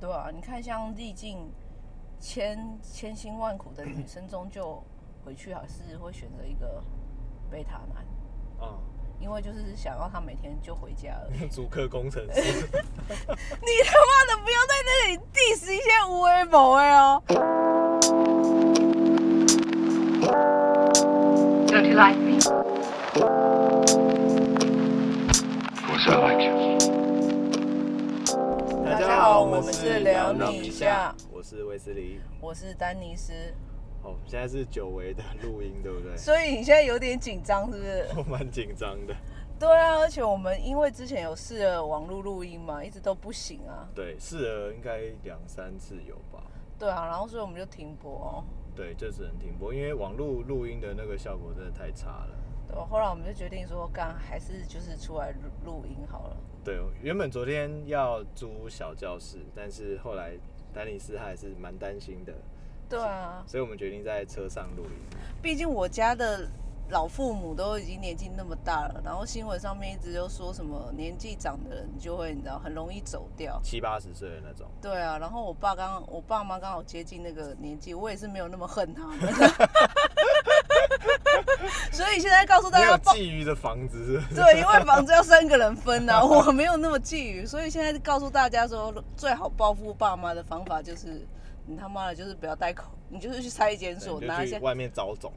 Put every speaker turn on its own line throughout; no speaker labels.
对啊，你看像历尽千千辛万苦的女生，终究回去还是会选择一个贝塔男，
啊，
因为就是想要他每天就回家而已。
主客工程 师，
你他妈的不要在那里 diss 一些无为某哎哦！
Don't you like me?
Of course I like you.
大
大
家
家
好
好，
我
我
们
们
是
是
聊
聊
你
你
一
一
下
下，我是威斯林。
我是丹尼斯，
哦，现在是久违的录音，对不对？
所以你现在有点紧张是不是？
我蛮紧张的。
对啊，而且我们因为之前有试了网络录音嘛，一直都不行啊。
对，试了应该两三次有吧？
对啊，然后所以我们就停播哦。
对，就只能停播，因为网络录音的那个效果真的太差了。
对，啊后来我们就决定说，干还是就是出来录录音好了。
对，原本昨天要租小教室，但是后来丹尼斯他还是蛮担心的，
对啊，
所以我们决定在车上录音。
毕竟我家的老父母都已经年纪那么大了，然后新闻上面一直就说什么年纪长的人就会你知道很容易走掉。
七八十岁的那种，
对啊，然后我爸刚我爸妈刚好接近那个年纪，我也是没有那么恨他们， 所以现在告诉大
没有
家，
觊觎的房子是不是
对，因为房子要三个人分呐、 我没有那么觊觎，所以现在告诉大家说，最好报复爸妈的方法就是，你他妈的就是不要戴口，你就是去筛检所
对
拿一
你就
些
去，外面找种。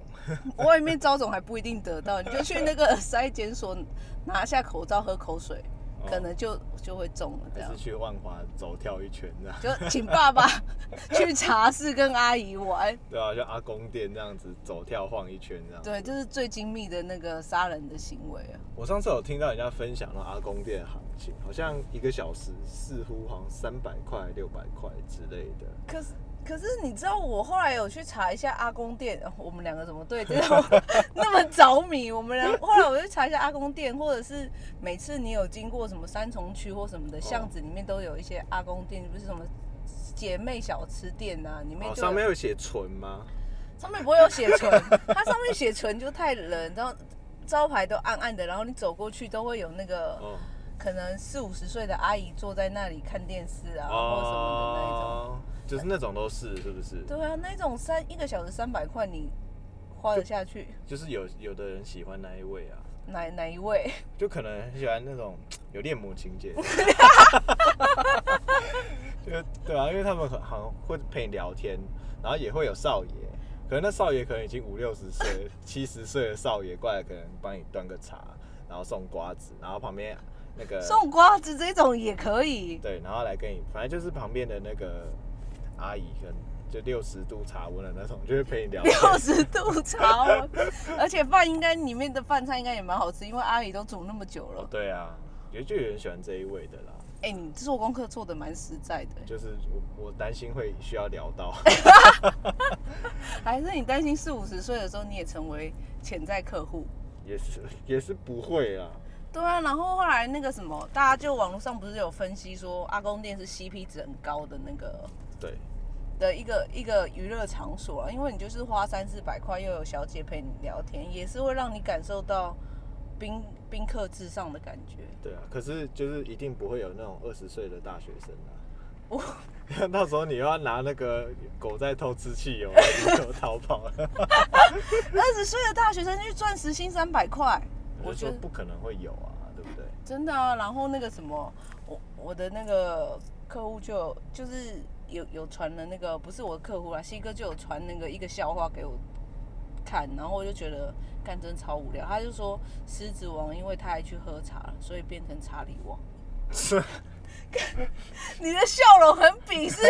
外面招总还不一定得到，你就去那个筛检所拿下口罩喝口水，可能就就会中了这
哦还
样
是。去万华走跳一圈这样，
就请爸爸 去茶室跟阿姨玩，
对啊，就阿公店这样子走跳晃一圈这样。
对，这是最精密的那个杀人的行为啊。
我上次有听到人家分享那阿公店行情，好像一个小时似乎好像三百块、六百块之类的。
可是可是你知道，我后来有去查一下阿公店，呃我们两个怎么 对这种 那么着迷？我们俩后来我就查一下阿公店，或者是每次你有经过什么三重区或什么的巷子里面，都有一些阿公店，不是什么姐妹小吃店啊，里面
哦，
就
上面有写纯吗？
上面不会有写纯，它上面写纯就太冷，然后招牌都暗暗的，然后你走过去都会有那个。
哦，
可能四五十岁的阿姨坐在那里看电视啊，或什么
哦，就是那种都是是不是？
的那一种。对啊，那种三一个小时三百块，你花得下去？
就是有有的人喜欢那一位啊，
哪哪一位？
就可能很喜欢那种有恋母情节的， 就对啊，因为他们很好像会陪你聊天，然后也会有少爷，可能那少爷可能已经五六十岁、七十岁的少爷过来，可能帮你端个茶，然后送瓜子，然后旁边那个
送瓜子这种也可以。
对，然后来跟你，反正就是旁边的那个阿姨跟就六十度茶温的那种，就会陪 你聊天。
六十度茶哦， 而且饭应该里面的饭菜应该也蛮好吃，因为阿姨都煮那么久
哦
了，。
对啊，有就有人喜欢这一位的啦。
哎、你做功课做的蛮实在的、
就是我我担心会需要聊到，
还是你担心四五十岁的时候你也成为潜在客户？
也是也是不会啊。
对啊，然后后来那个什么，大家就网络上不是有分析说阿公店是 CP 值很高的那个
对，
的一个一个娱乐场所啊，因为你就是花三四百块，又有小姐陪你聊天，也是会让你感受到宾宾客至上的感觉。
对啊，可是就是一定不会有那种二十岁的大学生啊。
我
到时候你又要拿那个狗在偷吃汽 油，你就逃 跑了。
二十岁的大学生去赚时薪三百块，
我
我
就
觉
说
得
不可能会有啊，对不对？
真的啊。然后那个什么，我我的那个客户就有就是有有传了那个，不是我的客户啦，西哥就有传那个一个笑话给我看，然后我就觉得干真超无聊。他就说狮子王，因为他还去喝茶了，所以变成查理王。你的笑容很鄙视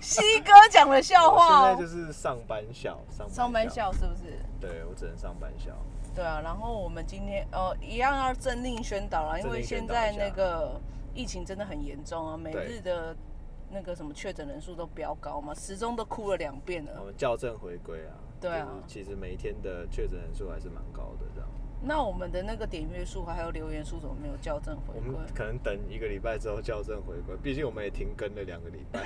西哥讲的笑
我现
话
在
哦
就。是上班笑，上
上班笑
笑。
是不是？
对我只能上班笑。
对啊，然后我们今天呃一样要政令宣导啊啦，因为现在那个疫情真的很严重啊，每日的那个什么确诊人数都飙高嘛，时钟都哭了两遍
我
了。
们校正回归啊。
呃对啊
就是其实每一天的确诊人数还是蛮高的，这样。
那我们的那个点阅数还有留言数怎么没有校正回
我
归
们？可能等一个礼拜之后校正回归，毕竟我们也停更了两个礼拜。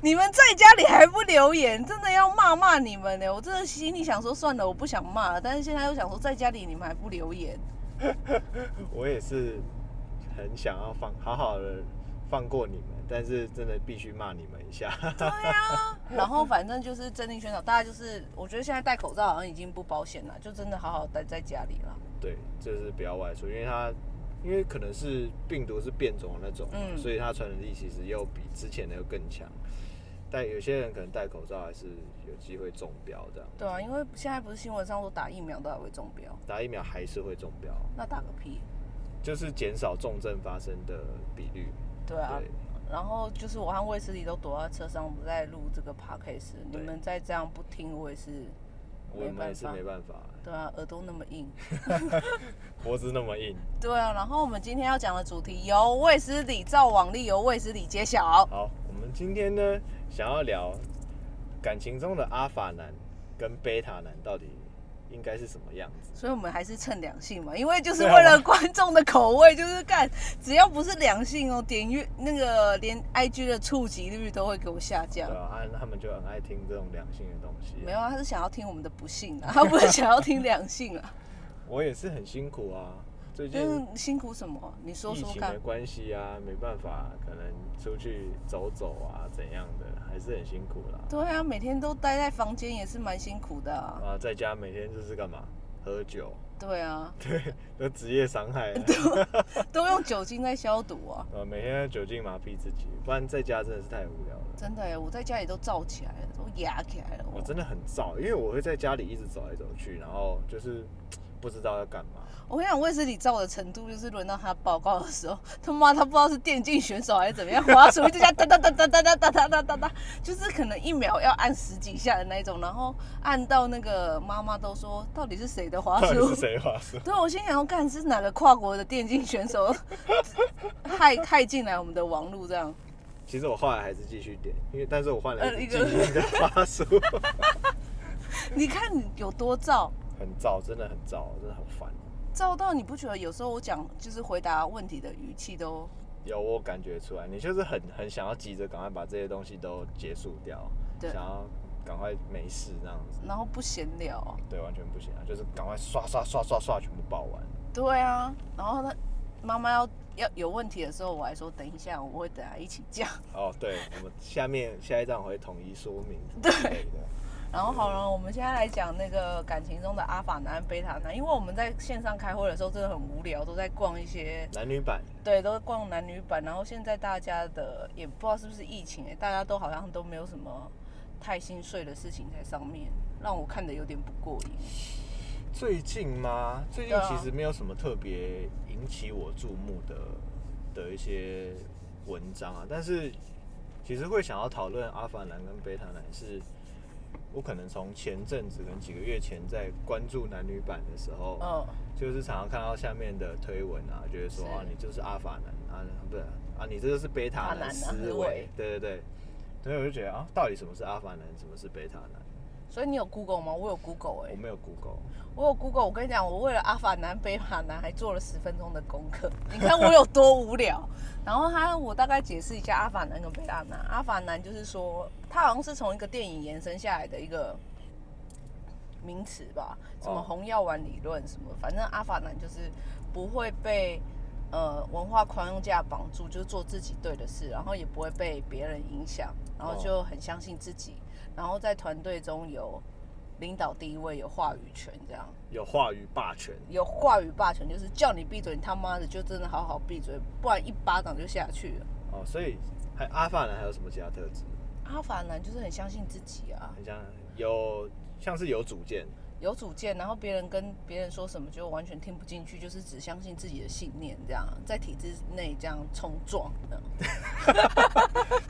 你们在家里还不留言，真的要骂骂你们呢！我真的心里想说算了，我不想骂了，但是现在又想说在家里你们还不留言，
我也是很想要放好好的放过你们，但是真的必须骂你们一下。
然后反正就是真理宣导，大家就是我觉得现在戴口罩好像已经不保险了，就真的好好待在家里了。
对，就是不要外出，因为它因为可能是病毒是变种的那种嘛，
嗯
所以它传染力其实又比之前的又更强。但有些人可能戴口罩还是有机会中标这样，
对啊，因为现在不是新闻上说打疫苗都还会中标，
打疫苗还是会中标，
那打个屁！
就是减少重症发生的比率。
对啊，
对，
然后就是我和卫斯理都躲在车上不再录这个 podcast，你
对
们再这样不听我也是，
我
没办
们也是
法
没办法，
对啊，耳朵那么硬。
脖子那么硬。
对啊，然后我们今天要讲的主题由卫斯理照往例由卫斯理揭晓。
好，我们今天呢想要聊感情中的阿法男跟贝塔男到底应该是什么样子？
所以我们还是蹭两性嘛，因为就是
啊
为了观众的口味，就是干，只要不是两性哦，点阅那个连 IG 的触及率都会给我下降
对。啊，他他们就很爱听这种两性的东西。
没有，啊，他是想要听我们的不幸啊，他不是想要听两性 啊。
我也是很辛苦啊，最近
就是辛苦什么？你嗯说
疫
说
情
看
的。关系啊，没办法，可能出去走走啊，怎样的，还是很辛苦啦。
对啊，每天都待在房间也是蛮辛苦的啊。
啊，在家每天就是干嘛？喝酒，
对啊，
有职业伤 害啊，
都用酒精在消毒啊。
啊，每天酒精麻痹自己，不然在家真的是太无聊了。
真的耶，我在家里都燥起来了，都压起来了。
我真的很燥，因为我会在家里一直走来走去，然后就是不知道要干嘛。
我跟你讲，卫斯理照的程度，就是轮到他报告的时候，他妈他不知道是电竞选手还是怎么样，滑鼠一直这样哒哒哒哒哒哒哒哒哒哒哒，就是可能一秒要按十几下的那一种，然后按到那个妈妈都说到底是谁的滑
到底
鼠
是？谁话术？
对，我心想要干是哪个跨国的电竞选手 害害进来我们的网络这样？
其实我后来还是继续点，因为但是我换了
呃
一
一
个
个
静音的话术，
你看你有多燥，
很燥，真的很燥，真的很烦。
燥到你不觉得有时候我讲就是回答问题的语气都
有我感觉出来，你就是很很想要急着赶快把这些东西都结束掉，
对
想要赶快没事这样子，
然后不闲聊啊、
对，完全不行啊，就是赶快刷刷刷刷刷全部报完，
对啊，然后他妈妈要要有问题的时候，我还说等一下，我会等他一起讲。
哦，对，我们下面下一站我会统一说明什么之类的，
然后好了，我们现在来讲那个感情中的阿法男、贝塔男，因为我们在线上开会的时候真的很无聊，都在逛一些
男女版
对，都逛男女版。然后现在大家的也不知道是不是疫情、欸，大家都好像都没有什么太心碎的事情在上面，让我看的有点不过瘾。
最近吗？最近
对啊
其实没有什么特别引起我注目的的一些文章啊，但是其实会想要讨论阿凡男跟贝塔男是，我可能从前阵子跟几个月前在关注男女版的时候，
嗯，
就是常常看到下面的推文啊，觉得说
是
啊你就是阿法男啊，不是啊你这就是贝塔
阿男
男
啊
思
思
维
维，
对对对，所以我就觉得啊，到底什么是阿法男，什么是贝塔男？
所以你有 Google 吗？我有 Google 哎、
我没有 Google。
我有 Google，我跟你讲，我为了阿法男、北法男还做了十分钟的功课，你看我有多无聊。然后他，我大概解释一下阿法男跟北法男。阿法男就是说，他好像是从一个电影延伸下来的一个名词吧，什么
哦
红药丸理论什么，反正阿法男就是不会被呃文化框架绑住，就是做自己对的事，然后也不会被别人影响，然后
哦
就很相信自己，然后在团队中有领导地位，有话语权，这样
有话语霸权，
有话语霸权，就是叫你闭嘴，你他妈的就真的好好闭嘴，不然一巴掌就下去了。
哦，所以还阿法男还有什么其他特质？
阿法男就是很相信自己啊，
很像有像是有主见，
有主见，然后别人跟别人说什么就完全听不进去，就是只相信自己的信念，这样在体制内这样冲撞的。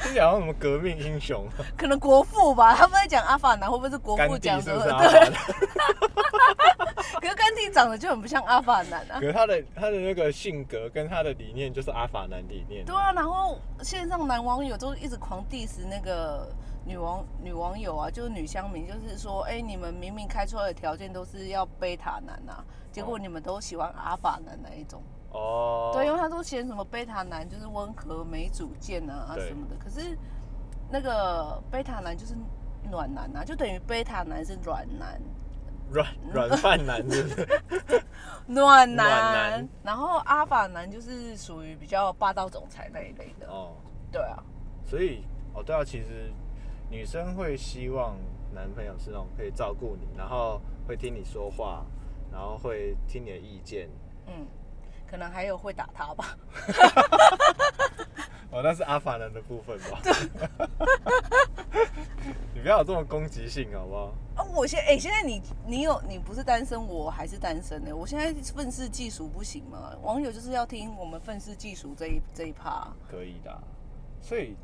听起来好像什么革命 英雄，
可能国父吧，他们在讲阿法男会不会是国
甘
父
地
讲
是
的？
不是阿啊
对，
法男？
可是甘地长得就很不像阿法男啊
可。是他的他的那个性格跟他的理念就是阿法男理念，
对啊，然后线上男网友都一直狂 diss 那个女网女网友啊，就是女乡民，就是说，哎、你们明明开出来的条件都是要贝塔男啊，结果
哦
你们都喜欢阿法男那一种。
哦，
对，因为他都嫌什么贝塔男就是温和没主见啊
对
什么的，可是那个贝塔男就是暖男啊，就等于贝塔男是软男。
软
嗯
软饭男是不是？
暖男，
暖男
然后阿法男就是属于比较霸道总裁那一类的。
哦，
对啊，
所以哦，对啊，其实女生会希望男朋友是那种可以照顾你，然后会听你说话，然后会听你的意见。
嗯，可能还有会打他吧。
哦，那是阿凡人的部分吧？ 你不要有这么攻击性好不好？
啊，我现哎、现在你你有你不是单身，我还是单身呢、欸我现在愤世嫉俗不行吗？网友就是要听我们愤世嫉俗这一这一趴。
可以的啊。所以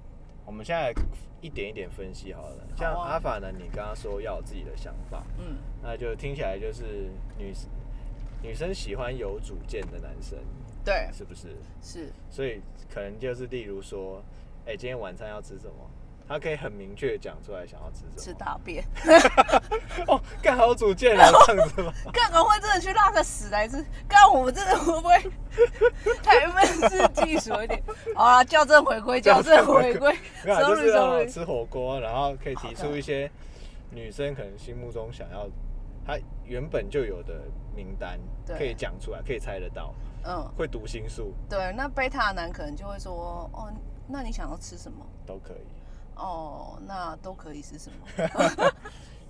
我们现在一点一点分析好了。像
好啊
阿凡人，你刚刚说要有自己的想法，
嗯，
那就听起来就是女女生喜欢有主见的男生，
对，
是不是？
是
所以可能就是例如说，哎、今天晚餐要吃什么？他可以很明确地讲出来想要吃什
吃
么。
大便，
哦，干好有主见啊，这样子吗？
干赶快真的去拉个屎来吃，干我真的会不 会太愤世嫉俗一点？好啦，校正回归，校正回归
没 有啊，就
，sorry
是要
sorry，
吃火锅，然后可以提
好
出
的
一些女生可能心目中想要，她原本就有的名单，
对
可以讲出来，可以猜得到，
嗯，
会读心术
对，那贝塔男可能就会说，哦，那你想要吃什么？
都可以，
哦，那都可以是什么？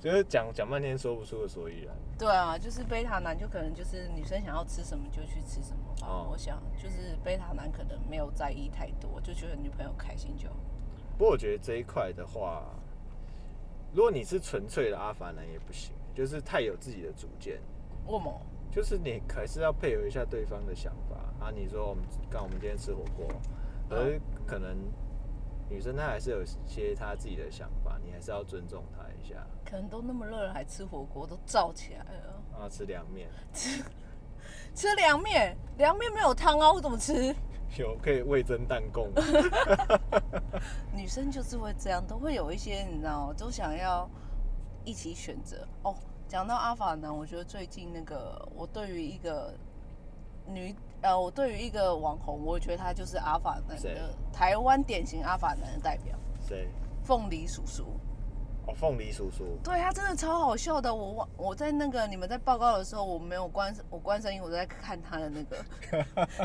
就是讲讲半天说不出个所以然。
对啊，就是贝塔男就可能就是女生想要吃什么就去吃什么吧。
哦
我想就是贝塔男可能没有在意太多，就觉得女朋友开心就好。
不过我觉得这一块的话，如果你是纯粹的阿凡人也不行，就是太有自己的主见，
为什么？
就是你还是要配合一下对方的想法啊。你说我们刚我们今天吃火锅，可是可能女生她还是有一些她自己的想法，你还是要尊重她一下
可能都那么热了还吃火锅，都燥起来了。
啊。吃凉面
吃凉面，凉面没有汤啊，我怎么吃？
有可以味增蛋 供，
女生就是会这样，都会有一些你知道，都想要一起选择。哦，讲到阿法男，我觉得最近那个我对于一个女呃，我对于一个网红，我觉得他就是阿法男
谁
的台湾典型阿法男的代表。
谁？
凤梨叔叔，
哦，凤梨叔叔，
对他真的超好笑的。我忘我在那个你们在报告的时候，我没有关我关声音，我在看他的那 个，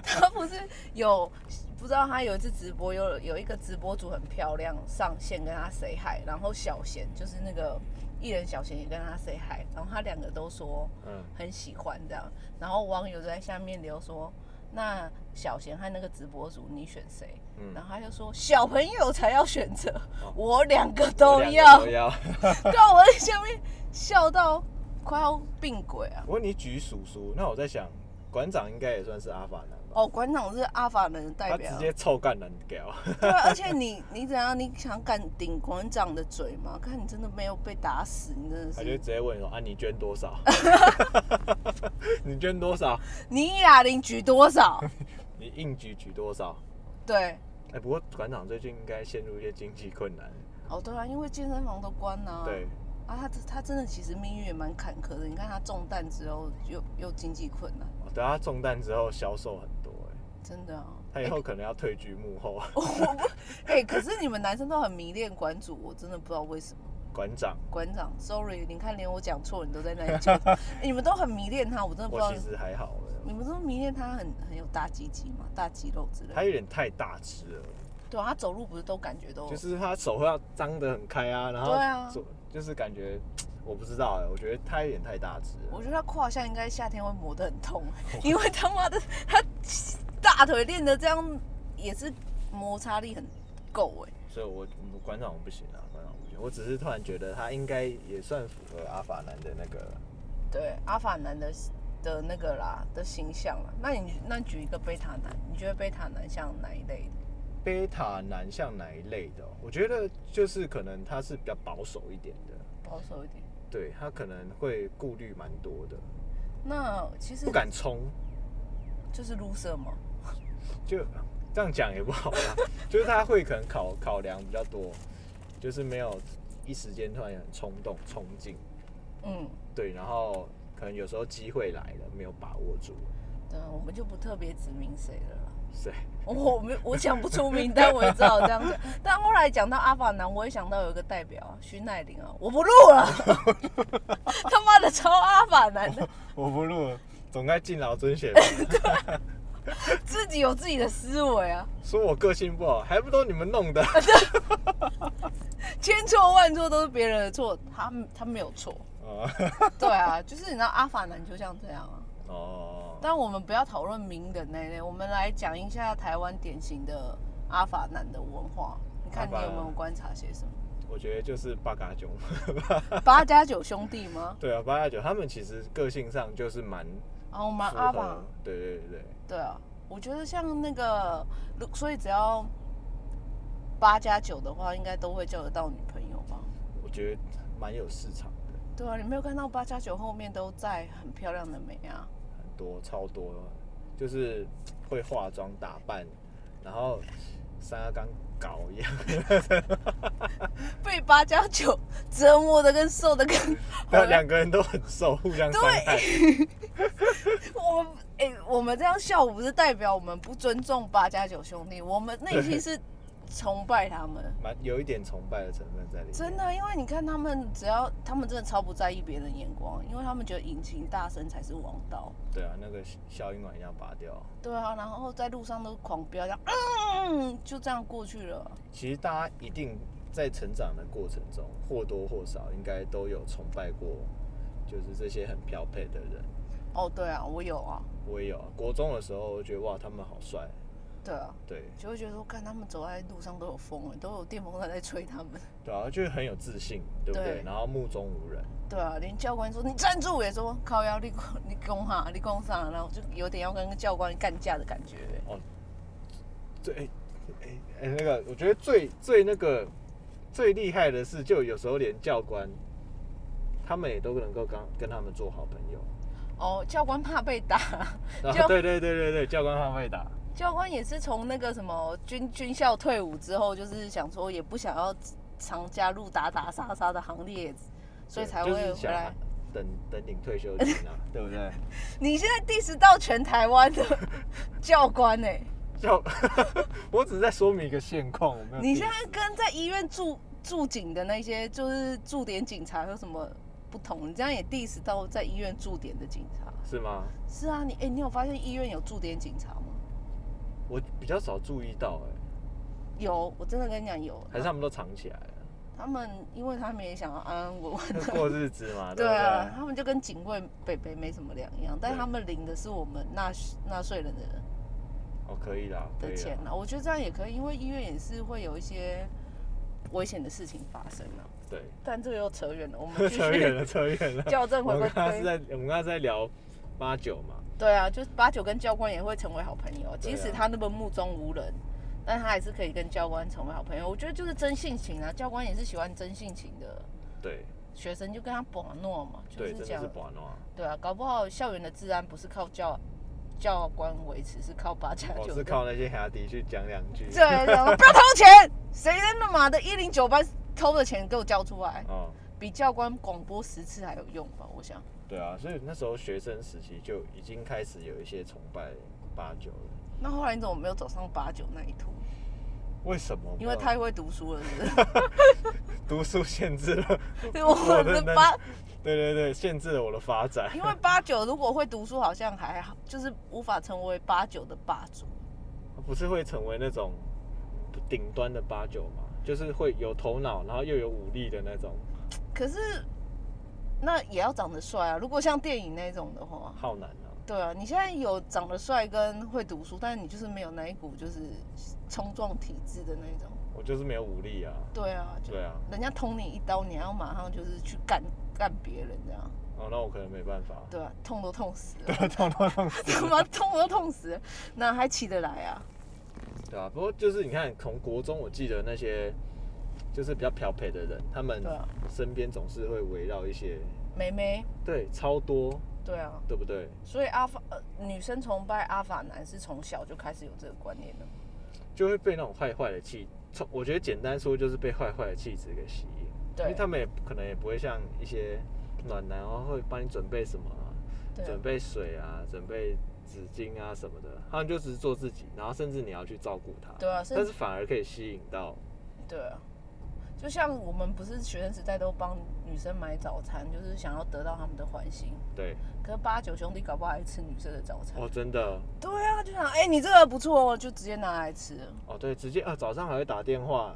他不是有不知道他有一次直播，有有一个直播主很漂亮上线跟他 say hi，然后小贤就是那个艺人小贤也跟他 say hi，然后他两个都说
嗯，
很喜欢这样，然后网友就在下面留说。那小贤和那个直播主，你选谁？
嗯
然后他就说小朋友才要选择，
哦
我两个
我
都
两
要
个都。要。
看我在下面笑到快要病鬼啊！
我问你举叔叔，那我在想，馆长应该也算是阿法男吧？
哦，馆长是阿法人的代
他
表
直，接臭干男 屌。
对啊，而且你你怎样？你想敢顶馆长的嘴吗？看你真的没有被打死，你真的
他就是直接问说啊，你捐多 少？你捐多少？
你哑铃举多少？
你硬举举多少？
对，
哎、不过馆长最近应该陷入一些经济困难。
哦对啊，因为健身房都关了、啊，
对，
啊，他他真的其实命运也蛮坎坷的。你看他中弹之后又又经济困难，
哦对他中弹之后销售很多、哎，
真的啊。
他以后可能要退居幕 后。
哎、可是你们男生都很迷恋馆主，我真的不知道为什么。
馆长，
馆长，sorry，你看连我讲错，你都在那 里讲，你们都很迷恋他，我真的不
我
知道
其，实还好、
你
哎，
们都迷恋他很很有大鸡鸡嘛，大肌肉之类
他
的。
有点太大只了，
对啊，他走路不是都感觉都
就是他手要张得很开啊，然后
对啊
左就是感觉我不知道、哎，我觉得他有点太大只
我
了。
觉得他胯下应该夏天会磨得很 痛，因为他妈的他大腿练的这样也是摩擦力很够哎、
所以我我馆长我不行啊，馆长我不行。我只是突然觉得他应该也算符合阿法男的那个。
对，阿法男的的那个啦的形象啦。那你那举一个贝塔男，你觉得贝塔男像哪一类的？
贝塔男像哪一类的哦、我觉得就是可能他是比较保守一点的，
保守一点。
对他可能会顾虑蛮多的，
那其实
不敢冲，
就是 loser 嘛。
就这样讲也不好啦。 就是他会可能考考量比较多，就是没有一时间突然很冲动冲劲，
嗯，
对，然后可能有时候机会来了没有把握住，
对，啊我们就不特别指明谁了啦。
是
我没我讲不出名单，我也知道这样讲。但后来讲到阿法男，我也想到有一个代表啊，徐乃麟啊，我不录了，他妈的超阿法男的，
我不录了，总该敬老尊贤吧。
自己有自己的思维啊，
说我个性不好，还不都你们弄的？
千错万错都是别人的错，他他没有错。
哦
对啊，就是你知道阿法男就像这样啊。
哦，
但我们不要讨论名人那一类，我们来讲一下台湾典型的阿法男的文化。你看你有没有观察些什么？
我觉得就是八嘎囧。
八加九兄弟吗？
对啊，八加九他们其实个性上就是蛮
哦，我们
符
阿法
合。对对对对，
对啊，我觉得像那个，如所以只要八加九的话，应该都会交得到女朋友吧？
我觉得蛮有市场的，
对啊，你没有看到八加九后面都在很漂亮的美啊？
很多超多，就是会化妆打扮，然后三阿刚搞一样，
被八加九折磨的跟瘦的跟
但 两个人都很瘦，互相伤害。
我们哎、我们这样笑不是代表我们不尊重八加九兄弟，我们内心是崇拜他们。
蛮有一点崇拜的成分在里面。
真的，因为你看他们，只要他们真的超不在意别人的眼光，因为他们觉得引擎大声才是王道。
对啊，那个消音管一定要拔掉。
对啊，然后在路上都狂飙，这样嗯，就这样过去了。
其实大家一定在成长的过程中，或多或少应该都有崇拜过，就是这些很漂配的人。
哦，对啊，我有啊，
我也有啊，国中的时候觉得哇，他们好帅。
对啊，
对
就会觉得说，看他们走在路上都有风欸，都有电风扇在吹他们。
对啊，就是很有自信，对不对？
对
然后目中无人，
对啊，连教官说你站住也说靠腰，你你攻哈，你攻上，然后就有点要跟教官干架的感觉欸。
最哎哎哎那个，我觉得最最那个最厉害的是，就有时候连教官他们也都能够跟跟他们做好朋友。
哦，教官怕被打，
然
教
后对对对对对，教官他会打。
教官也是从那个什么军军校退伍之后，就是想说也不想要常加入打打杀杀的行列，所以
对
才
就
会
是
回
想
来。
等等领退休金 啊，对不对？
你现在 diss 到全台湾的 教官哎、
就 我只是在说明一个现况，我没有
你
diss。
现在跟在医院驻驻警的那些就是驻点警察有什么不同？你这样也 diss 到在医院驻点的警察。
是吗？
是啊，你哎、你有发现医院有驻点警察吗？
我比较少注意到、哎，
有，我真的跟你讲有。
还是他们都藏起来了，
他们，因为他们也想要安安稳 稳
就
的
过日子嘛，
对
不对？
啊，他们就跟警卫北北没什么两样，但
对
他们领的是我们纳税纳税人的
哦，可以啦，可以
的钱
啦，
啊。我觉得这样也可以，因为医院也是会有一些危险的事情发生啊。
对，
但这个又扯远了，我们继
扯
续
远 了，扯远了。
校正
我
回
们
归
刚刚是
归。
在我们刚刚是在聊八九嘛，
对啊，就是八九跟教官也会成为好朋友，即
对
使
啊
他那么目中无人，但他还是可以跟教官成为好朋友。我觉得就是真性情啊，教官也是喜欢真性情的
对
学生，就跟他把诺嘛，就
对，
是这
真的
样
是。把诺，
对啊，搞不好校园的治安不是靠教教官维持，是靠八加
我
九。
哦是靠那些哈迪去讲两句。
对，然后不要偷钱，谁他妈的一零九班偷的钱给我交出来，
哦，
比教官广播十次还有用吧？我想。
对啊，所以那时候学生时期就已经开始有一些崇拜八九了。
那后来你怎么没有走上八九那一途？
为什么？
因为太会读书了，是 不是？
读书限制了，
对我的
能
八，
对对对，限制了我的发展。
因为八九如果会读书，好像还好，就是无法成为八九的霸主。
不是会成为那种顶端的八九嘛？就是会有头脑，然后又有武力的那种，
可是那也要长得帅啊！如果像电影那种的话，
浩南啊。
对啊，你现在有长得帅跟会读书，但是你就是没有那一股就是冲撞体制的那一种。
我就是没有武力啊。
对啊，就
对啊，
人家捅你一刀，你还要马上就是去干干别人这样。
哦，那我可能没办法。
对啊，痛都痛死了，
痛痛痛死。
他 妈痛都痛死了，哪还起得来啊？
对啊，不过就是你看，从国中我记得那些就是比较漂配的人，他们
对啊
身边总是会围绕一些，
妹妹，
对，超多，
对啊，
对不对？
所以阿法、呃、女生崇拜阿法男是从小就开始有这个观念的。
就会被那种坏坏的气，从我觉得简单说就是被坏坏的气质给吸引。因
对
为他们也可能也不会像一些暖男哦，会帮你准备什么啊、
对啊
准，备水啊，准备纸巾啊什么的，他们就只是做自己，然后甚至你要去照顾他，
对啊，
但
甚
是
至
反而可以吸引到
对啊。就像我们不是学生时代都帮女生买早餐，就是想要得到他们的欢心。
对，
可是八九兄弟搞不好还吃女生的早餐。
哦，真的，
对啊，就想哎、你这个不错哦，就直接拿来吃了。
哦，对，直接啊，早上还会打电话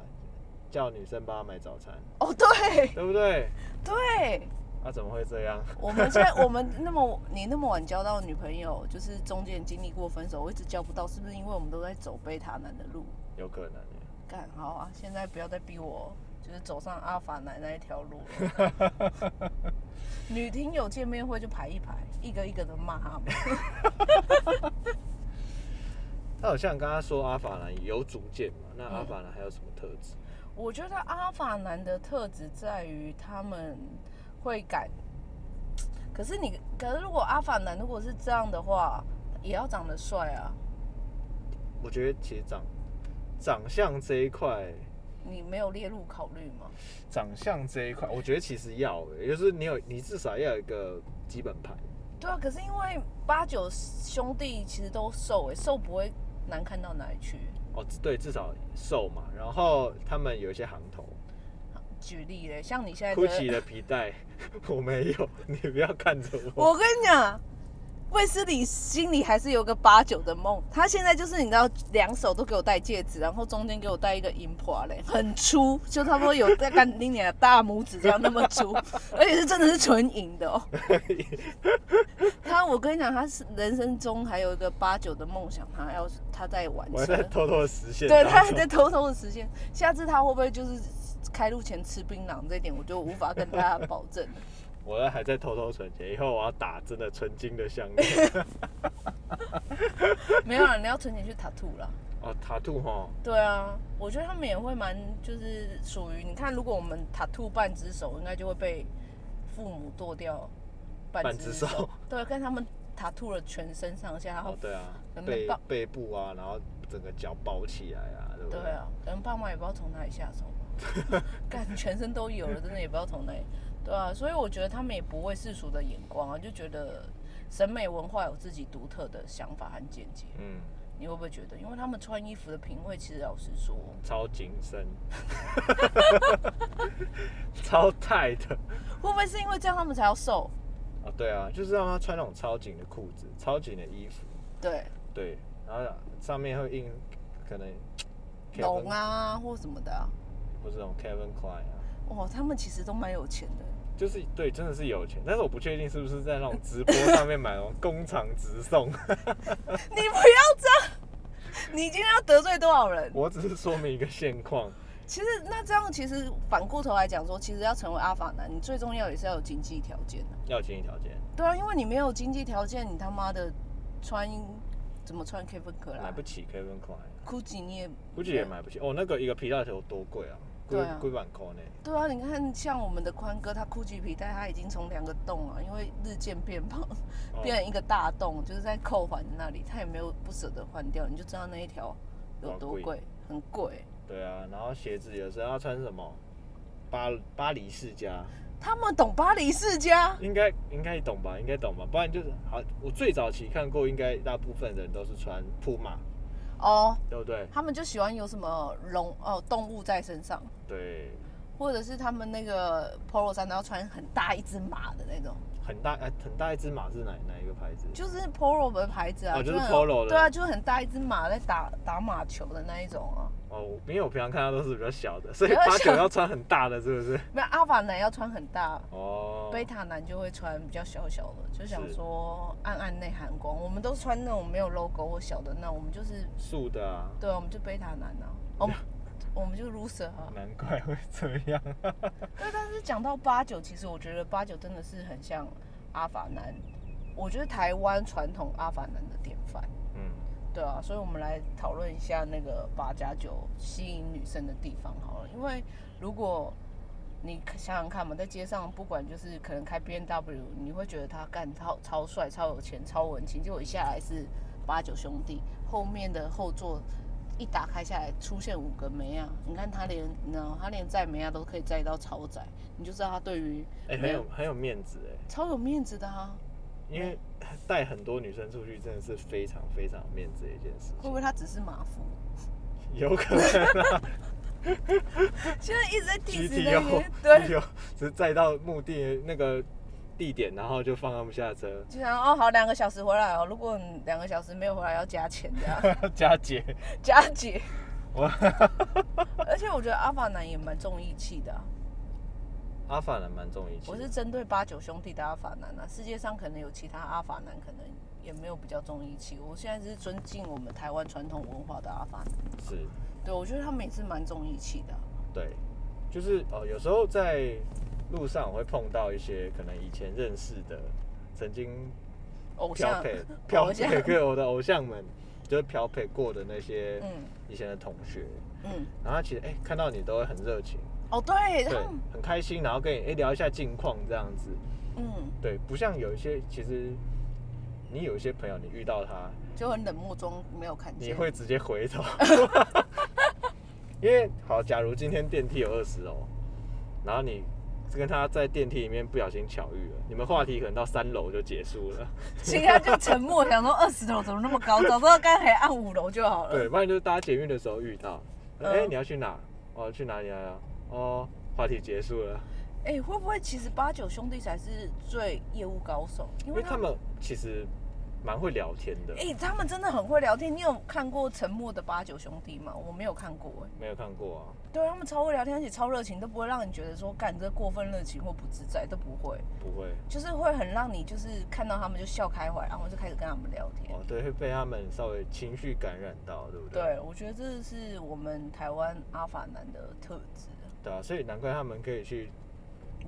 叫女生帮他买早餐，
哦，对
对不对？
对，
啊，怎么会这样？
我们现在我们那么你那么晚交到女朋友，就是中间经历过分手，我一直交不到，是不是因为我们都在走贝塔男的路？
有可能欸耶。
干好啊！现在不要再逼我，就是走上阿法奶那一条路了。女听友见面会就排一排，一个一个的骂他们。
那好像刚刚说阿法兰有主见嘛，那阿法兰还有什么特质？
我觉得阿法男的特质在于他们会敢，可是你，可是如果阿法男如果是这样的话，也要长得帅啊。
我觉得其实长长相这一块，
你没有列入考虑吗？
长相这一块，我觉得其实要耶，也就是你有你至少要有一个基本盘。
对啊，可是因为八九兄弟其实都瘦诶、瘦不会难看到哪里去。
哦，对，至少瘦嘛，然后他们有一些行头
举例嘞，像你现在的
，GUCCI 的皮带 我没有，你不要看着我。
我跟你讲，卫斯理心里还是有个八九的梦。他现在就是你知道，两手都给我戴戒指，然后中间给我戴一个银破嘞，很粗，就差不多有大概你你的大拇指这样那么粗，而且是真的是纯银的哦。他，我跟你讲，他是人生中还有一个八九的梦想，他要他在完
我还
成
在。偷偷的实现当
对，
中。
他还在偷偷的实现。下次他会不会就是开路前吃槟榔这一点，我就无法跟 大家保证了。
我还在偷偷存钱，以后我要打真的纯金的项 链。
没有啦，你要存钱去塔兔啦。
哦，塔兔哈，
对啊，我觉得他们也会蛮，就是属于你看，如果我们塔兔半只手，应该就会被父母剁掉半
半
只
只
手。
手。
对，跟他们塔兔了全身上下，然后
哦，对啊
可，能
背
抱
背部啊，然后整个脚包起来啊，对不
对啊，可能爸妈也不知道从哪里下手吧，干全身都有了，真的也不知道从哪里。对啊，所以我觉得他们也不会世俗的眼光啊，就觉得审美文化有自己独特的想法和见解。
嗯，
你会不会觉得，因为他们穿衣服的品味，其实老实说，
超紧 身，超 tight 的。
会不会是因为这样他们才要瘦？
啊，对啊，就是让他穿那种超紧的裤子、超紧的衣服，
对，
对，然后上面会印可能
龙
Kevin-
啊或什么的、啊。
或是那种 Kevin Klein 啊，
哇，他们其实都蛮有钱的。
就是对，真的是有钱，但是我不确定是不是在那种直播上面买那种工厂直送，
你不要这样， 你今天要得罪多少人？
我只是说明一个现况。
其实那这样，其实反过头来讲说，其实要成为阿法男，你最重要也是要有经济条件的。
要有经济条件，
对啊，因为你没有经济条件，你他妈的穿怎么穿 Kevin 可
买
啦
不起 Kevin Klein，
，GUCCI 你也
估计也买不起。哦，那个一个皮带球多贵啊，
对啊
贵贵万块呢。
对啊，你看像我们的宽哥，他 GUCCI 皮带他已经从两个洞啊，因为日渐变胖，
哦
变成一个大洞，就是在扣环那里，他也没有不舍得换掉，你就知道那一条有多
多
贵，很贵。
对啊，然后鞋子有时候要穿什么巴巴黎世家，
他们懂巴黎世家，
应该应该懂吧？应该懂吧？不然就是好，我最早期看过，应该大部分人都是穿铺马，
哦，
对不对？
他们就喜欢有什么龙哦动物在身上，
对，
或者是他们那个 polo 衫都要穿很大一只马的那种，
很大哎，很大一只马是哪哪一个牌子？
就是 polo 的牌子啊，
哦就是
很
polo 的
对啊，就是很大一只马在打打马球的那一种啊。
哦，我因为我平常看到都是比较小的，所以
比较
八九
小
要穿很大的，是不是？
没有阿法男要穿很大，
哦，
贝塔男就会穿比较小小的，就想
是
说暗暗内涵光。我们都穿那种没有 logo 或小的那种，我们就是
素的啊，
对啊，我们就贝塔男啊，我 们我们就 loser 啊。
难怪会这样。
对，但是讲到八九，其实我觉得八九真的是很像阿法男，我觉得台湾传统阿法男的典范。
嗯，
对啊，所以我们来讨论一下那个八加九吸引女生的地方好了，因为如果你想想看嘛，在街上不管就是可能开 B N W，你会觉得他干超超帅、超有钱、超文青，结果一下来是八九兄弟，后面的后座一打开下来出现五个梅亚，你看他连你知道他连载梅亚啊都可以载到超载，你就知道他对于
哎、很有很有面子哎、
超有面子的啊，
因为带很多女生出去真的是非常非常有面子的一件事
会不
情，
会他只是马夫？
有可能啊，
现在一直在 diss 那个
GTO，
对，
GTO 哦只是载到目的那个地点，然后就放他们下 车
就想哦好两个小时回来哦，如果你两个小时没有回来要加钱这样
加解。
加姐，
我
而且我觉得阿法男也蛮重义气的啊、
阿法人蛮重义气，
我是针对八九兄弟的阿法男啊，世界上可能有其他阿法男，可能也没有比较重义气。我现在是尊敬我们台湾传统文化的阿法男，
是
对我觉得他们也是蛮重义气的啊、
对，就是哦，有时候在路上我会碰到一些可能以前认识的，曾经
偶
漂
像
配，漂
偶像
配，跟我的偶像们，就是漂配过的那些
嗯
以前的同学，
嗯，
然后他其实哎、看到你都会很热情，
哦对，他
对
们，
很开心，然后跟你哎、聊一下近况这样子，
嗯
对，不像有一些其实你有一些朋友你遇到他，
就很冷漠中没有看见，
你会直接 回头，因为好，假如今天电梯有二十楼，然后你跟他在电梯里面不小心巧遇了，你们话题可能到三楼就结束了，
其他就沉默，想说二十楼怎么那么高，早知道刚才按五楼就好了。
对，不然就是搭捷运的时候遇到，哎、
嗯
你要去哪？哦，去哪里啊？哦，话题结束了，
哎、会不会其实八九兄弟才是最业务高手？因
因为他们其实蛮会聊天的，
哎、他们真的很会聊天。你有看过《沉默的八九兄弟》吗？我没有看过哎、
没有看过啊，
对他们超会聊天，而且超热情，都不会让你觉得说干这过分热情或不自在，都不会，
不会，
就是会很让你就是看到他们就笑开怀，然后就开始跟他们聊天。
哦，对，会被他们稍微情绪感染到，对不对？
对，我觉得这是我们台湾阿法男的特质，
对啊，所以难怪他们可以去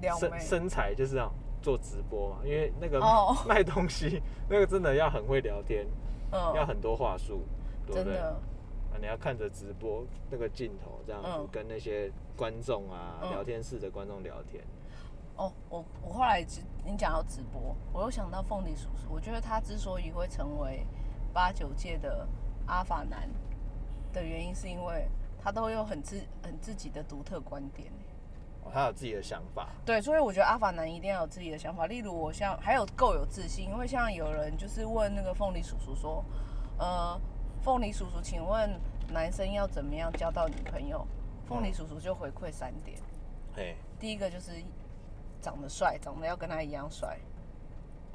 撩妹
身。身材就是这样做直播啊嘛，因为那个
哦
卖东西、那个真的要很会聊天，要
嗯，
很多话术，对
真
不对？
的
啊，，你要看着直播那个镜头这样子、
嗯
跟那些观众啊、
嗯
聊天室的观众聊天，
哦，我我后来只你讲到直播，我又想到凤梨叔叔，我觉得他之所以会成为八九届的阿法男的原因，是因为他都有很自很自己的独特观点。
哦、他有自己的想法，
对，所以我觉得阿法男一定要有自己的想法。例如，我像还有够有自信，因为像有人就是问那个凤梨叔叔说，呃，凤梨叔叔，请问男生要怎么样交到女朋友？凤梨叔叔就回馈三点，
嘿，
第一个就是长得帅，长得要跟他一样帅。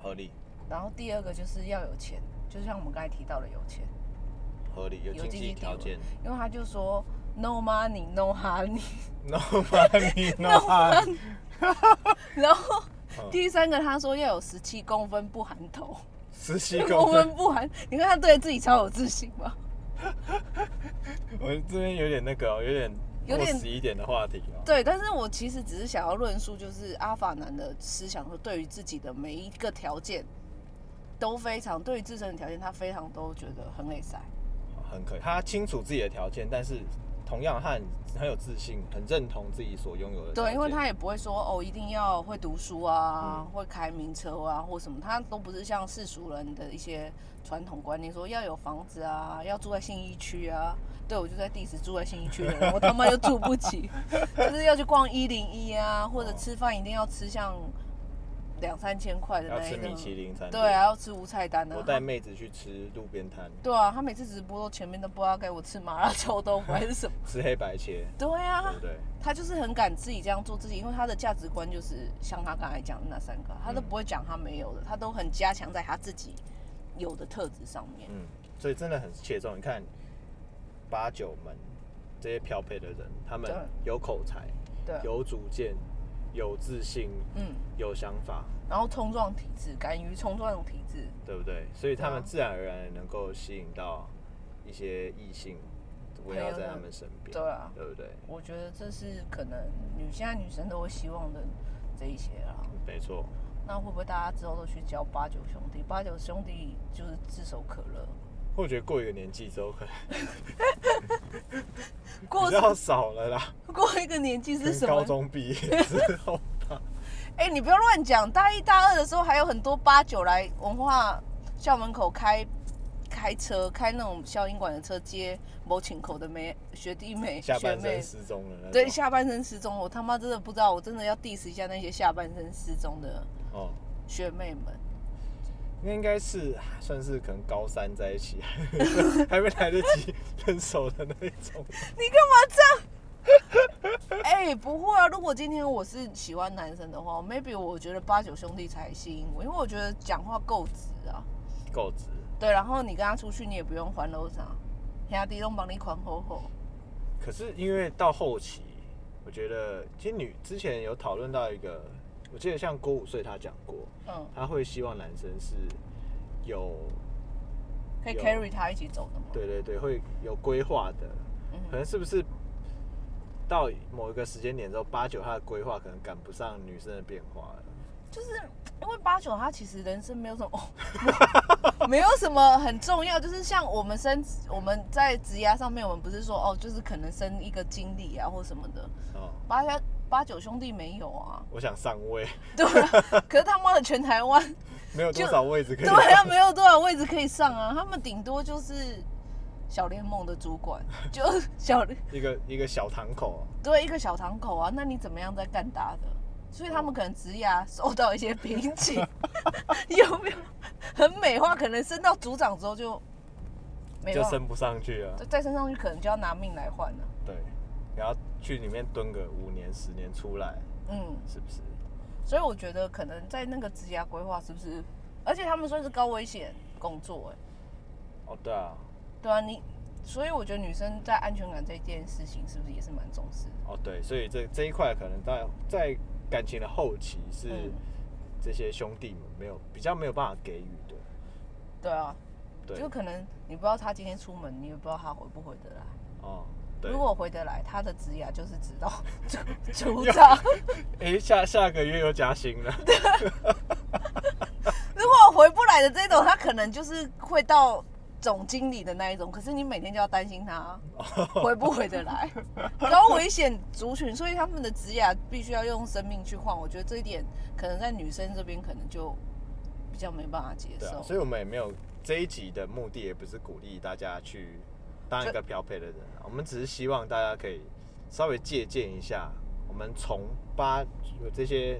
合理
然后第二个就是要有钱，就像我们刚才提到的有钱，
合理，有
有
经
经
济
济地
条
位
件
因为他就说 no money no honey，
，no money no money，
然后
嗯
第三个他说要有十七公分不含头，
十七
公
公分
分，不含，你看他对自己超有自信吧？
我这边有点那个哦、有点
有
过
点
时一点的话题哦、
对，但是我其实只是想要论述，就是阿法男的思想说，对于自己的每一个条件都非常，对于自身的条件他非常都觉得很内塞。
很可以，他清楚自己的条件，但是同样他很很有自信，很认同自己所拥有的条件。
对，因为他也不会说哦，一定要会读书啊，
嗯
会开名车啊，或什么，他都不是像世俗人的一些传统观念，说要有房子啊，要住在信义区啊。对，我就在 diss 住在信义区的人，我他妈就住不 起，就是要去逛一零一啊，或者吃饭一定要吃像两三千块的
要
那一
吃米
种。
其林餐厅。
对啊，，要吃无菜单
我
啊。
带妹子去吃路边摊，
对啊，他每次直播都前面都不知道该我吃麻辣 臭豆腐还是什么。
吃黑白切，
对啊，
对不对？
他就是很敢自己这样做自己，因为他的价值观就是像他刚才讲的那三个，他都不会讲他没有的，他都很加强在他自己有的特质上面。
嗯，所以真的很切中。你看八九门这些漂配的人，他们
对
有口才，
对，
有主见，有自信，
嗯，
有想法，
然后冲撞体质，敢于冲撞体质，
对不对？所以他
对
们
啊
自然而然能够吸引到一些异性围绕
朋友
在
的
他们身边，
对啊
对不对？
我觉得这是可能女现在女生都会希望的这一些啦。
没错。
那会不会大家之后都去教八九兄弟？八九兄弟就是炙手可热，
我觉得过一个年纪之后，可能
过
比较少了啦。
过一个年纪 是
跟
什
高
么？
中毕业之后 吧，
哎、你不要乱讲，大一大二的时候还有很多八九来文化校门口开开车，开那种校英馆的车接某请口的妹学弟妹
下
学
半身
妹。
失踪了那种。
对，下半身失踪，我他妈真的不知道，我真的要 diss 一下那些下半身失踪的
哦，
学妹 们。
那应该是啊算是可能高三 在一起，还没来得及分手的那一种。
你干嘛这样？哎、不会啊！如果今天我是喜欢男生的话，maybe 我觉得八九兄弟才吸引我，因为我觉得讲话够直啊。
够直。
对，然后你跟他出去，你也不用还楼上，天下地都帮你款吼吼。
可是因为到后期，我觉得其实女之前有讨论到一个，我记得像郭五岁他讲过，
嗯，
他会希望男生是有
可以
有
carry 他一起走的嘛。
对对对会有规划的，
嗯
可能是不是到某一个时间点之后，八九他的规划可能赶不上女生的变化了。
就是因为八九他其实人生没有什么， 哦没有什么很重要，就是像我们升我们在职涯上面，我们不是说哦，就是可能升一个经理啊或什么的，
哦，
八家八九兄弟没有啊，
我想上位，
对啊，可是他妈的全台湾，
没 有
就
多少位置可以
对
上。
啊，没有多少位置可以上啊，他们顶多就是小联盟的主管，就小
一个一个小堂口、
对一个小堂口啊，那你怎么样在干大的？所以他们可能职涯受到一些瓶 颈，有没有？很美化，可能升到组长之后就没
就
办法，
升不上去了
就。再升上去可能就要拿命来换了、
对，然后去里面蹲个五年十年出来，
嗯，
是不是？
所以我觉得可能在那个职涯规划是不是？而且他们说是高危险工作、欸，
哦，对啊，
对啊，你，所以我觉得女生在安全感这件事情是不是也是蛮重视的？
哦对，所以这这一块可能在在感情的后期是
嗯
这些兄弟们没有比较没有办法给予的，
对啊，
对
就，可能你不知道他今天出门，你也不知道他回不回得来。
哦，对
如。果回得来，他的职涯就是直到 组组长；
哎，下下个月又加薪了，
啊如果回不来的这种，他可能就是会到总经理的那一种。可是你每天就要担心 他回不回得来，高危险族群，所以他们的职涯必须要用生命去换。我觉得这一点可能在女生这边可能就比较没办法接
对啊
受。，
所以我们也没有这一集的目的也不是鼓励大家去当一个漂配的人啊，我们只是希望大家可以稍微借鉴一下我们从八这些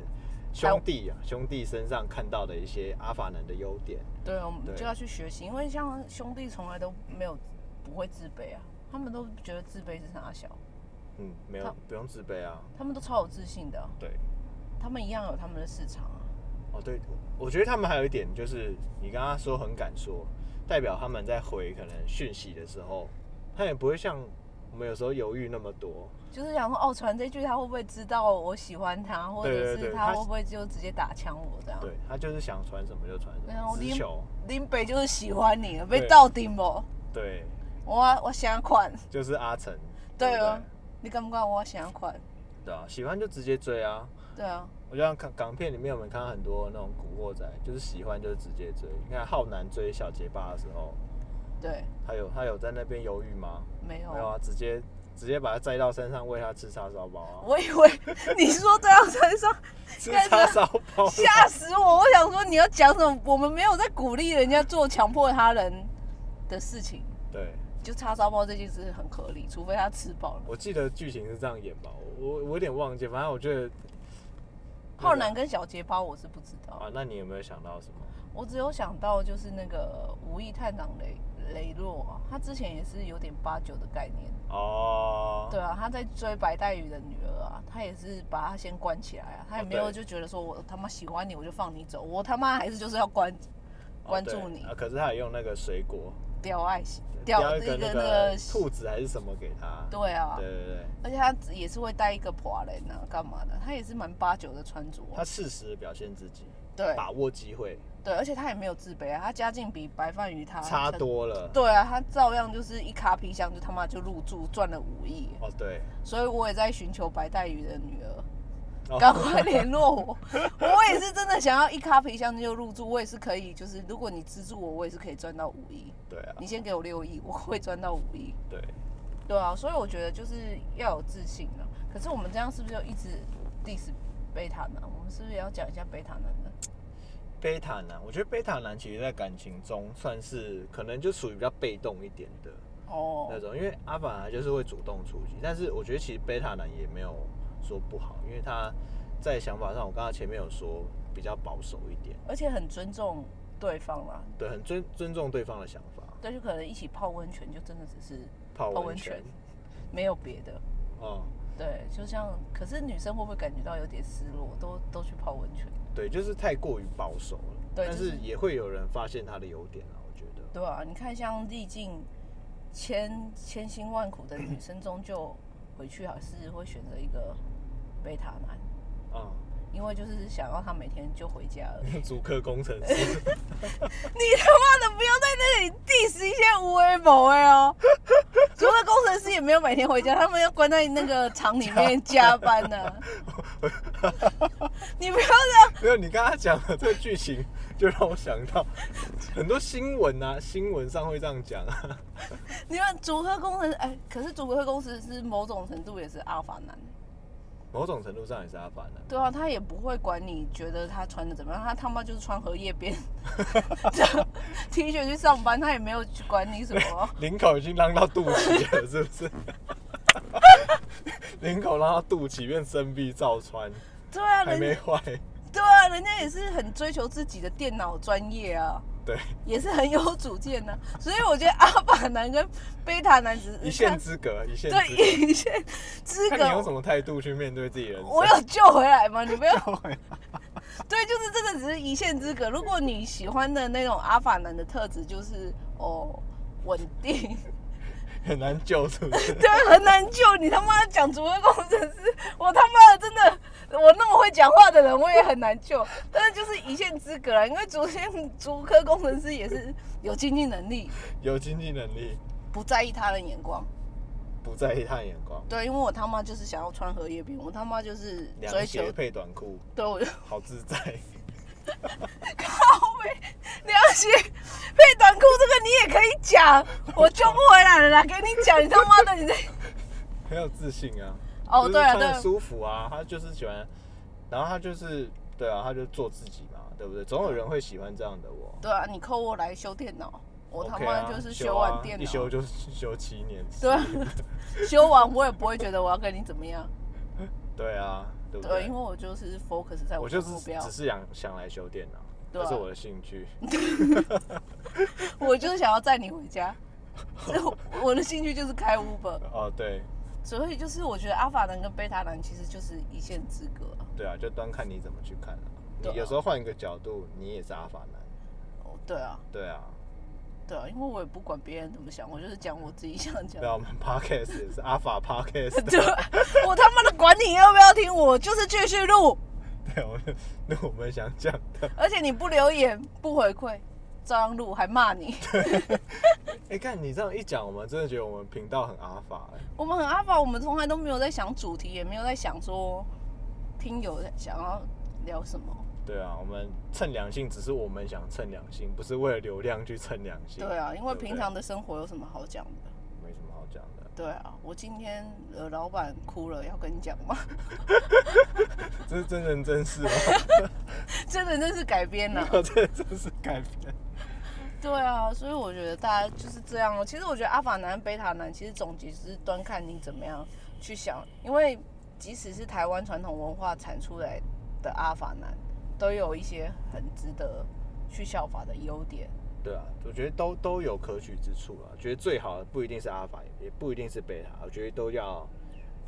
兄弟啊兄弟身上看到的一些阿法男的优点。
对，我们
对
就要去学习，因为像兄弟从来都没有不会自卑啊，他们都觉得自卑是傻小，
嗯，没有
好
不用自卑啊。
他们都超有自信的啊、
对，
他们一样有他们的市场啊。
哦对，我觉得他们还有一点就是，你刚刚说很敢说，代表他们在回可能讯息的时候，他也不会像我们有时候犹豫那么多。
就是想说，哦，传这句他会不会知道我喜欢他，或者
对对
是
对
他
他
会不会就直接打枪我这样？
对他就是想传什么就传什
然后
么，直
林
球。
林北就是喜欢你了，被
对
到顶不？
对，
我我想款，
就是阿成。
对
不
啊，你敢不敢我想款？
对啊，喜欢就直接追啊。
对啊，
我就像港港片里面，我们看到很多那种古惑仔，就是喜欢就是直接追。你看浩南追小结巴的时候，
对，
他有他有在那边犹豫吗？
没有。
没有啊，直接直接把他载到山上喂他吃叉烧包 啊，
我以为你说这样才 上，
吃
干
叉烧包啊。
吓死我！我想说你要讲什么？我们没有在鼓励人家做强迫他人的事情，
对，
就叉烧包这件事很合理，除非他吃饱了。
我记得剧情是这样演吧，我我我有点忘记，反正我觉得
浩南跟小结巴我是不知道
啊，，那你有没有想到什么？
我只有想到就是那个无意探长雷雷洛啊，他之前也是有点八九的概念，
哦，
对啊，他在追白带鱼的女儿啊，他也是把他先关起来啊，他也
哦
没有
对
就觉得说我他妈喜欢你我就放你走，我他妈还是就是要关
哦
关
对
注你
啊，可是他也用那个水果
掉爱心掉
叼
那
一
个
个
那
那
个
个兔子还是什么给他？
对啊，
对对对，
而且他也是会带一个破人啊，干嘛的？他也是蛮八九的穿着啊、
他适时的表现自己，
对
把握机会，
对，而且他也没有自卑啊，他家境比白饭鱼他
差。多了。
啊对啊，他照样就是一卡皮箱就他妈就入住赚了五亿，
哦，对，
所以我也在寻求白带鱼的女儿，
哦
赶快联络我。我也是真的想要一卡皮箱就入住，我也是可以，就是如果你资助我，我也是可以赚到五亿。
对啊，
你先给我六亿，我会赚到五亿。
对，
对啊，所以我觉得就是要有自信啊。可是我们这样是不是就一直 diss 贝塔男？我们是不是也要讲一下贝塔男呢？
贝塔男，我觉得贝塔男其实在感情中算是可能就属于比较被动一点的
哦
那，种，因为阿凡达就是会主动出击，但是我觉得其实贝塔男也没有说不好，因为他在想法上，我刚刚前面有说比较保守一点，
而且很尊重对方啦，
对，很尊尊重对方的想法，
对，就可能一起泡温泉，就真的只是
泡
泡
温
温
泉
泉，没有别的。
哦、
对，就像，可是女生会不会感觉到有点失落？都都去泡温泉，
对，就是太过于保守了。
对
但
就是
是也会有人发现他的优点啊，我觉得。
对啊，你看，像历尽千千辛万苦的女生，终究回去还是会选择一个贝塔男，
啊、
因为就是想要他每天就回家而已。
主客工程 师，
你他妈的不要在那里 diss 一些无为某哎哦！除了工程师也没有每天回家，他们要关在那个厂里面加班呢、你不要这样，
没有你刚刚讲的这个剧情，就让我想到很多新闻啊，新闻上会这样讲啊。
你们组合工程哎，可是组合工程师某种程度也是阿法男，
某种程度上也是阿凡的、
对啊，他也不会管你觉得他穿的怎么样，他他妈就是穿荷叶 边的 T 恤去上班，他也没有去管你什么。
领口已经浪到肚脐了，是不是？ 领口浪到肚脐变深 V 照穿，
对啊，
还
人
没
家
坏。
对啊，人家也是很追求自己的电脑专业啊。
对，
也是很有主见的、所以我觉得阿法男跟贝塔男只是
一线之隔，一线之
对一线资
隔。看你用什
格。
么态度去面对自己人生。
我有救回来 吗？你不要
对
对，就是这个只是一线之隔。如果你喜欢的那种阿法男的特质就是哦稳 定，
很难救，是不是？
对，很难救。你他妈讲主任工程师，我他妈的真的，我那么会讲话的人，我也很难救。但是就是一线之隔啊啦，因为竹线竹科工程师也是有经济能力，
有经济能力，
不在意他人眼光。
不在意他的眼光。
对，因为我他妈就是想要穿荷叶边，我他妈就是追
凉
求
鞋，配短裤，
对我就
好自在。
靠背凉鞋配短裤，这个你也可以讲，我救不回来了啦，给你讲，你他妈的你在
很有自信啊。
哦对啊
就是穿得
对，
舒服啊，他就是喜欢，然后他就是对啊，他就做自己嘛，对不对？总有人会喜欢这样的我。
对啊，你扣我来修电脑，我他
OK
妈
啊
就是
修
完
啊
电脑，
一 修就是 修七年。
对啊，修完我也不会觉得我要跟你怎么样，
对啊，对不
对，因为我就是 focus 在
我
的
就是
目标
只，是想想来修电脑，
对啊
这是我的兴趣。
我就是想要载你回家， 是我我的兴趣就是开 Uber，
哦，对
所以就是我觉得阿法男跟贝塔男其实就是一线之隔啊。
对啊，就端看你怎么去看啊。
对啊
你有时候换一个角度，你也是阿法男。
哦，对啊，
对啊，
对啊，因为我也不管别人怎么想，我就是讲我自己想讲
对。啊，我们 podcast 也是阿法 podcast
对，我他妈的管你要不要听，我就是继续录，
对，我们 那我们想讲的，
而且你不留言不回馈，照样录还骂你。
哎，看你这样一讲，我们真的觉得我们频道很阿法哎。
我们很阿法，我们从来都没有在想主题，也没有在想说听友想要聊什么。
对啊，我们蹭良性，只是我们想蹭良性，不是为了流量去蹭良性。
对啊，因为平常
对
的生活有什么好讲的？
不对没什么好讲的，
对啊，我今天呃老板哭了，要跟你讲吗？
这是真人真事吗？
真的真是改 编啊了、
这真是改编。
对啊，所以我觉得大家就是这样哦。其实我觉得阿法男、贝塔男，其实总结只是端看你怎么样去想，因为即使是台湾传统文化产出来的阿法男，都有一些很值得去效法的优点。
对啊，我觉得都都有可取之处啊。觉得最好的不一定是阿法，也不一定是贝塔，我觉得都要，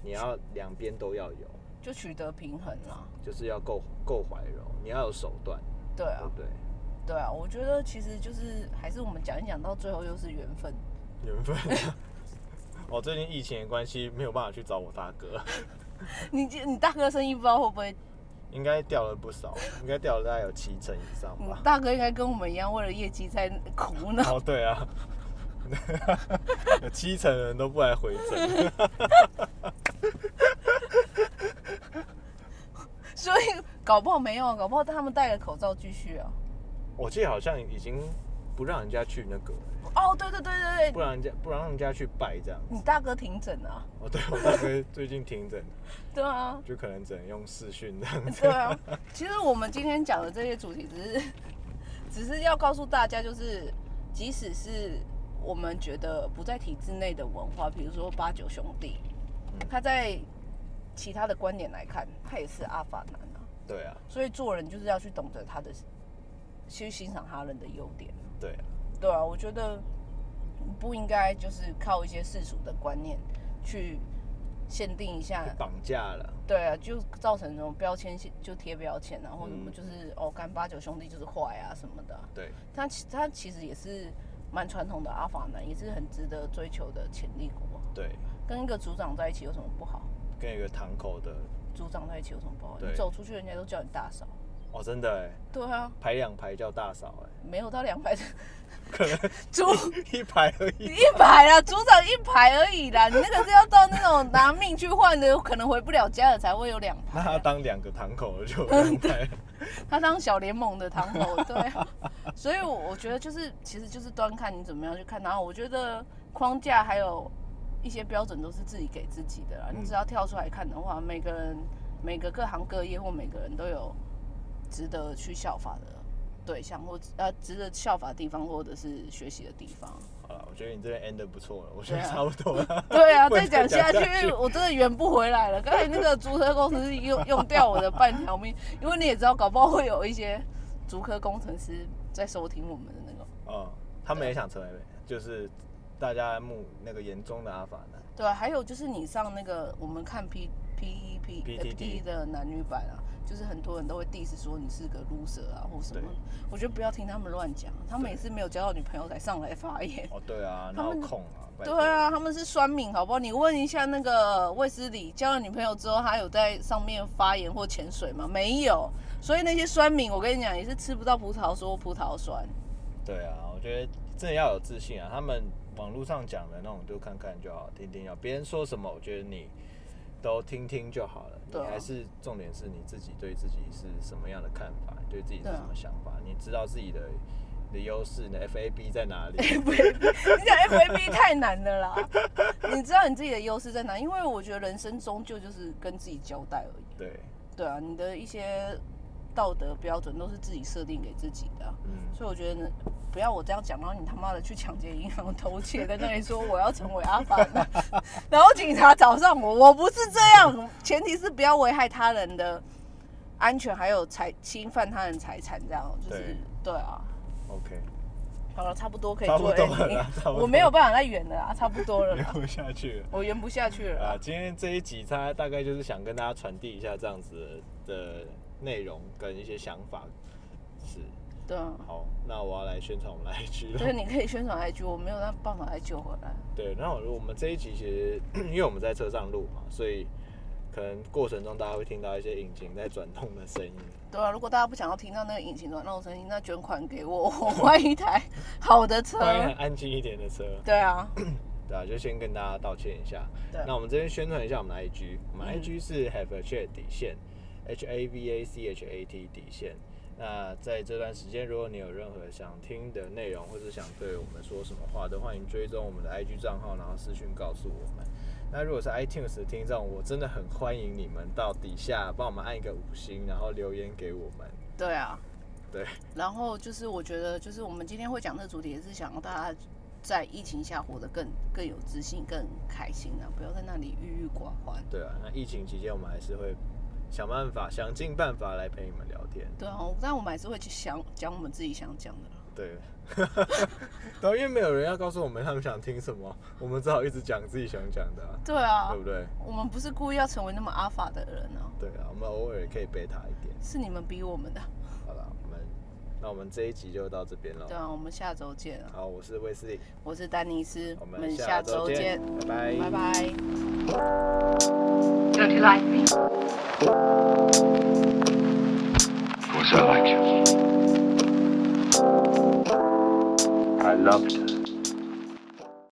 你要两边都要有，
就取得平衡啦。
就是要够够怀柔，你要有手段，
对
对
啊
不，对？
对啊，我觉得其实就是还是我们讲一讲，到最后又是缘分。
缘分。啊 哦，最近疫情的关系，没有办法去找我大哥，
你你大哥生意不知道会不会，
应该掉了不少，应该掉了大概有七成以上
你
吧。
嗯大哥应该跟我们一样，为了业绩在苦恼。
哦，对啊， 有七成人都不来回诊。
所以搞不好没有，搞不好他们戴了口罩继续啊。
我记得好像已经不让人家去那个了，
哦，对对对对
不
对，
让人家不让人家去拜这样。
你大哥停诊啊？
哦，对我大哥最近停诊，
对啊，
就可能只能用视讯这样 子。
对啊。其实我们今天讲的这些主题，只是只是要告诉大家，就是即使是我们觉得不在体制内的文化，比如说八九兄弟，他在其他的观点来看，他也是阿法男啊。
对啊，
所以做人就是要去懂得他的，去欣赏他人的优点。
对啊，
对啊，我觉得不应该就是靠一些世俗的观念去限定一下
被，绑架了。
对啊，就造成这种标签性，就贴标签啊，或者
嗯
不就是、哦，干八九兄弟就是坏啊什么的啊、
对，
他其他其实也是蛮传统的阿法男，也是很值得追求的潜力股啊。
对，
跟一个组长在一起有什么不好？
跟一个堂口的，
组长在一起有什么不好？
对
你走出去，人家都叫你大嫂。
哦，真的哎，
对啊，
排两排叫大嫂哎，
没有到两百，
可能
组
一排而已。
一排啦，组长一排而已啦。你那个是要到那种拿命去换的，可能回不了家的才会有两排
那
啊、
他当两个堂口的就 有两排，
他当小联盟的堂口，对啊、所以我我觉得就是，其实就是端看你怎么样去看。然后我觉得框架还有一些标准都是自己给自己的啦。
嗯
你只要跳出来看的话，每个人、每个各行各业或每个人都有值得去效法的对象，或呃值得效法的地方，或者是学习的地方。
好了，我觉得你这边 end 的不错了，我觉得
对啊
差不多 了。
对啊，
不能
再讲
再
下
讲
去
下去，
我真的圆不回来了。刚才那个足科工程师用用掉我的半条命，因为你也知道，搞不好会有一些足科工程师在收听我们的那个，
嗯，他们也想成为，就是大家目那个眼中的阿法男。
对啊。还有就是你上那个我们看 P P E P
PTT
T 的男女版啊，就是很多人都会 diss 说你是个 loser 啊或什么
对。
我觉得不要听他们乱讲，他们
对
也是没有交到女朋友才上来发言。
哦，对啊，然
他
后
们
控啊，拜
对
托，
啊，他们是酸敏，好不好？你问一下那个卫斯理交了女朋友之后，他有在上面发言或潜水吗？没有，所以那些酸敏，我跟你讲，也是吃不到葡萄说葡萄酸。
对啊，我觉得真的要有自信啊。他们网络上讲的那种，就看看就好，听听就好。别人说什么，我觉得你都听听就好了。
对啊
你还是重点是你自己对自己是什么样的看法，你对自己是
对啊
什么想法，你知道自己的你的优势，你的 FAB 在哪里？
你讲 FAB 太难了啦，你知道你自己的优势在哪？因为我觉得人生终究就是跟自己交代而已。
对，
对啊，你的一些道德标准都是自己设定给自己的啊、
嗯，
所以我觉得呢不要我这样讲，然后你他妈的去抢劫银行偷窃，在那里说我要成为阿凡 达，然后警察找上我，我不是这样，前提是不要危害他人的安全，还有财侵犯他人财产，这样就是对
对
啊。
OK，
好了，差不多可以
差
做
不多了啦
ending，
差不多
我没有办法再圆了啊啦，差不多了
聊
啦，
不下去了。
我圆不下去了
啊，
啦。
今天这一集它大概就是想跟大家传递一下这样子的内容跟一些想法。是，
对啊，
好，那我要来宣传我们来去
所以
了。
你可以宣传 IG，我没有那办法再救回来。
对，那我我们这一集其实 因为我们在车上录嘛，所以可能过程中大家会听到一些引擎在转动的声音。
对啊，如果大家不想要听到那个引擎转动的声音，那捐款给我，我换一台好的车。
欢迎很安静一点的车，
对啊，
对啊，就先跟大家道歉一下。
对
那我们这边宣传一下我们的 IG，我们
嗯
IG 是 Have a Chat 底线，H A V A C H A T 底线。那在这段时间，如果你有任何想听的内容，或者想对我们说什么话，都欢迎追踪我们的 IG 账号，然后私讯告诉我们。那如果是 iTunes 的听众，我真的很欢迎你们到底下帮我们按一个五星，然后留言给我们。
对啊，
对，
然后就是我觉得，就是我们今天会讲这主题，也是想让大家在疫情下活得更更有自信、更开心啊，不要在那里郁郁寡欢。
对啊，那疫情期间，我们还是会想办法，想尽办法来陪你们聊天。
对啊，但我们还是会去想讲我们自己想讲的啦。
对， 然后因为没有人要告诉我们他们想听什么，我们只好一直讲自己想讲的、啊，
对啊
对，不对？
我们不是故意要成为那么阿法的人啊，
对啊，我们偶尔也可以贝塔一点。
是你们逼我们的。
好了，我们那我们这一集就到这边了
对。啊，我们下周见啊！
好，我是卫斯理，
我是丹尼斯，
我
我
们
们
下
下周
周见
见，，
拜
拜拜。
Don't you like me?
Of course I like you. I loved her.